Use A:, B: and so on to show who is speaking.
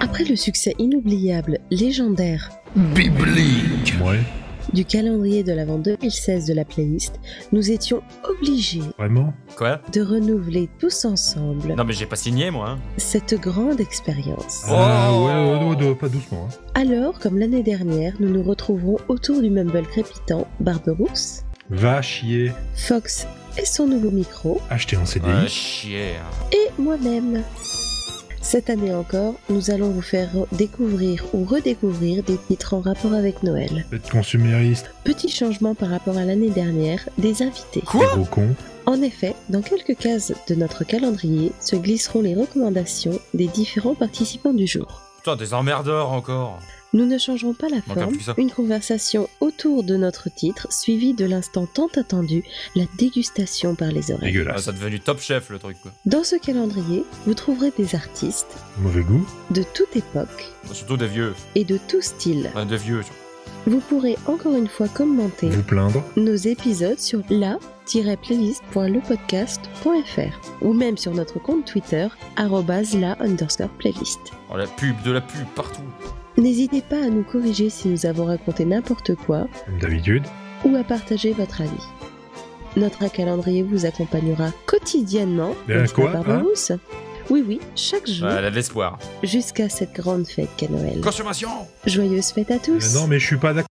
A: Après le succès inoubliable, légendaire
B: Biblique.
C: Ouais,
A: du calendrier de l'avant 2016 de la playlist, nous étions obligés
C: vraiment.
B: Quoi
A: de renouveler tous ensemble
B: Non mais j'ai pas signé moi. hein.
A: cette grande expérience.
B: Oh.
C: Ah, ouais, ouais, ouais, ouais, pas doucement. hein.
A: Alors, comme l'année dernière, nous nous retrouverons autour du mumble crépitant Barberousse,
C: Va chier.
A: Fox et son nouveau micro,
C: Acheter un CDI.
B: Ouais, chier. hein.
A: et moi-même. Cette année encore, nous allons vous faire découvrir ou redécouvrir des titres en rapport avec Noël.
C: Être consumériste.
A: Petit changement par rapport à l'année dernière, des invités.
C: Des
B: Quoi
C: gros con.
A: En effet, dans quelques cases de notre calendrier se glisseront les recommandations des différents participants du jour.
B: Putain des emmerdeurs encore.
A: Nous ne changerons pas la
B: Manque un
A: forme,
B: plus ça.
A: une conversation autour de notre titre suivie de l'instant tant attendu, la dégustation par les oreilles.
B: Ah,
C: Dégueulasse.
B: ça devenu top chef le truc quoi.
A: Dans ce calendrier, vous trouverez des artistes
C: Mauvais goût.
A: de toute époque
B: Surtout des vieux.
A: et de tout style.
B: Enfin, des vieux. surtout.
A: Vous pourrez encore une fois commenter
C: Vous plaindre.
A: nos épisodes sur la-playlist.lepodcast.fr ou même sur notre compte Twitter arrobase la underscore playlist.
B: Oh la pub, de la pub partout.
A: N'hésitez pas à nous corriger si nous avons raconté n'importe quoi
C: Comme d'habitude.
A: ou à partager votre avis. Notre calendrier vous accompagnera quotidiennement.
C: Mais à
A: n'est-ce
C: quoi,
A: pas,
C: hein
A: Barbarousse Oui, oui, chaque jour,
B: Ouais, elle a de l'espoir.
A: jusqu'à cette grande fête qu'est Noël.
B: Consommation
A: Joyeuse fête à tous
C: Euh, non, mais je suis pas d'accord.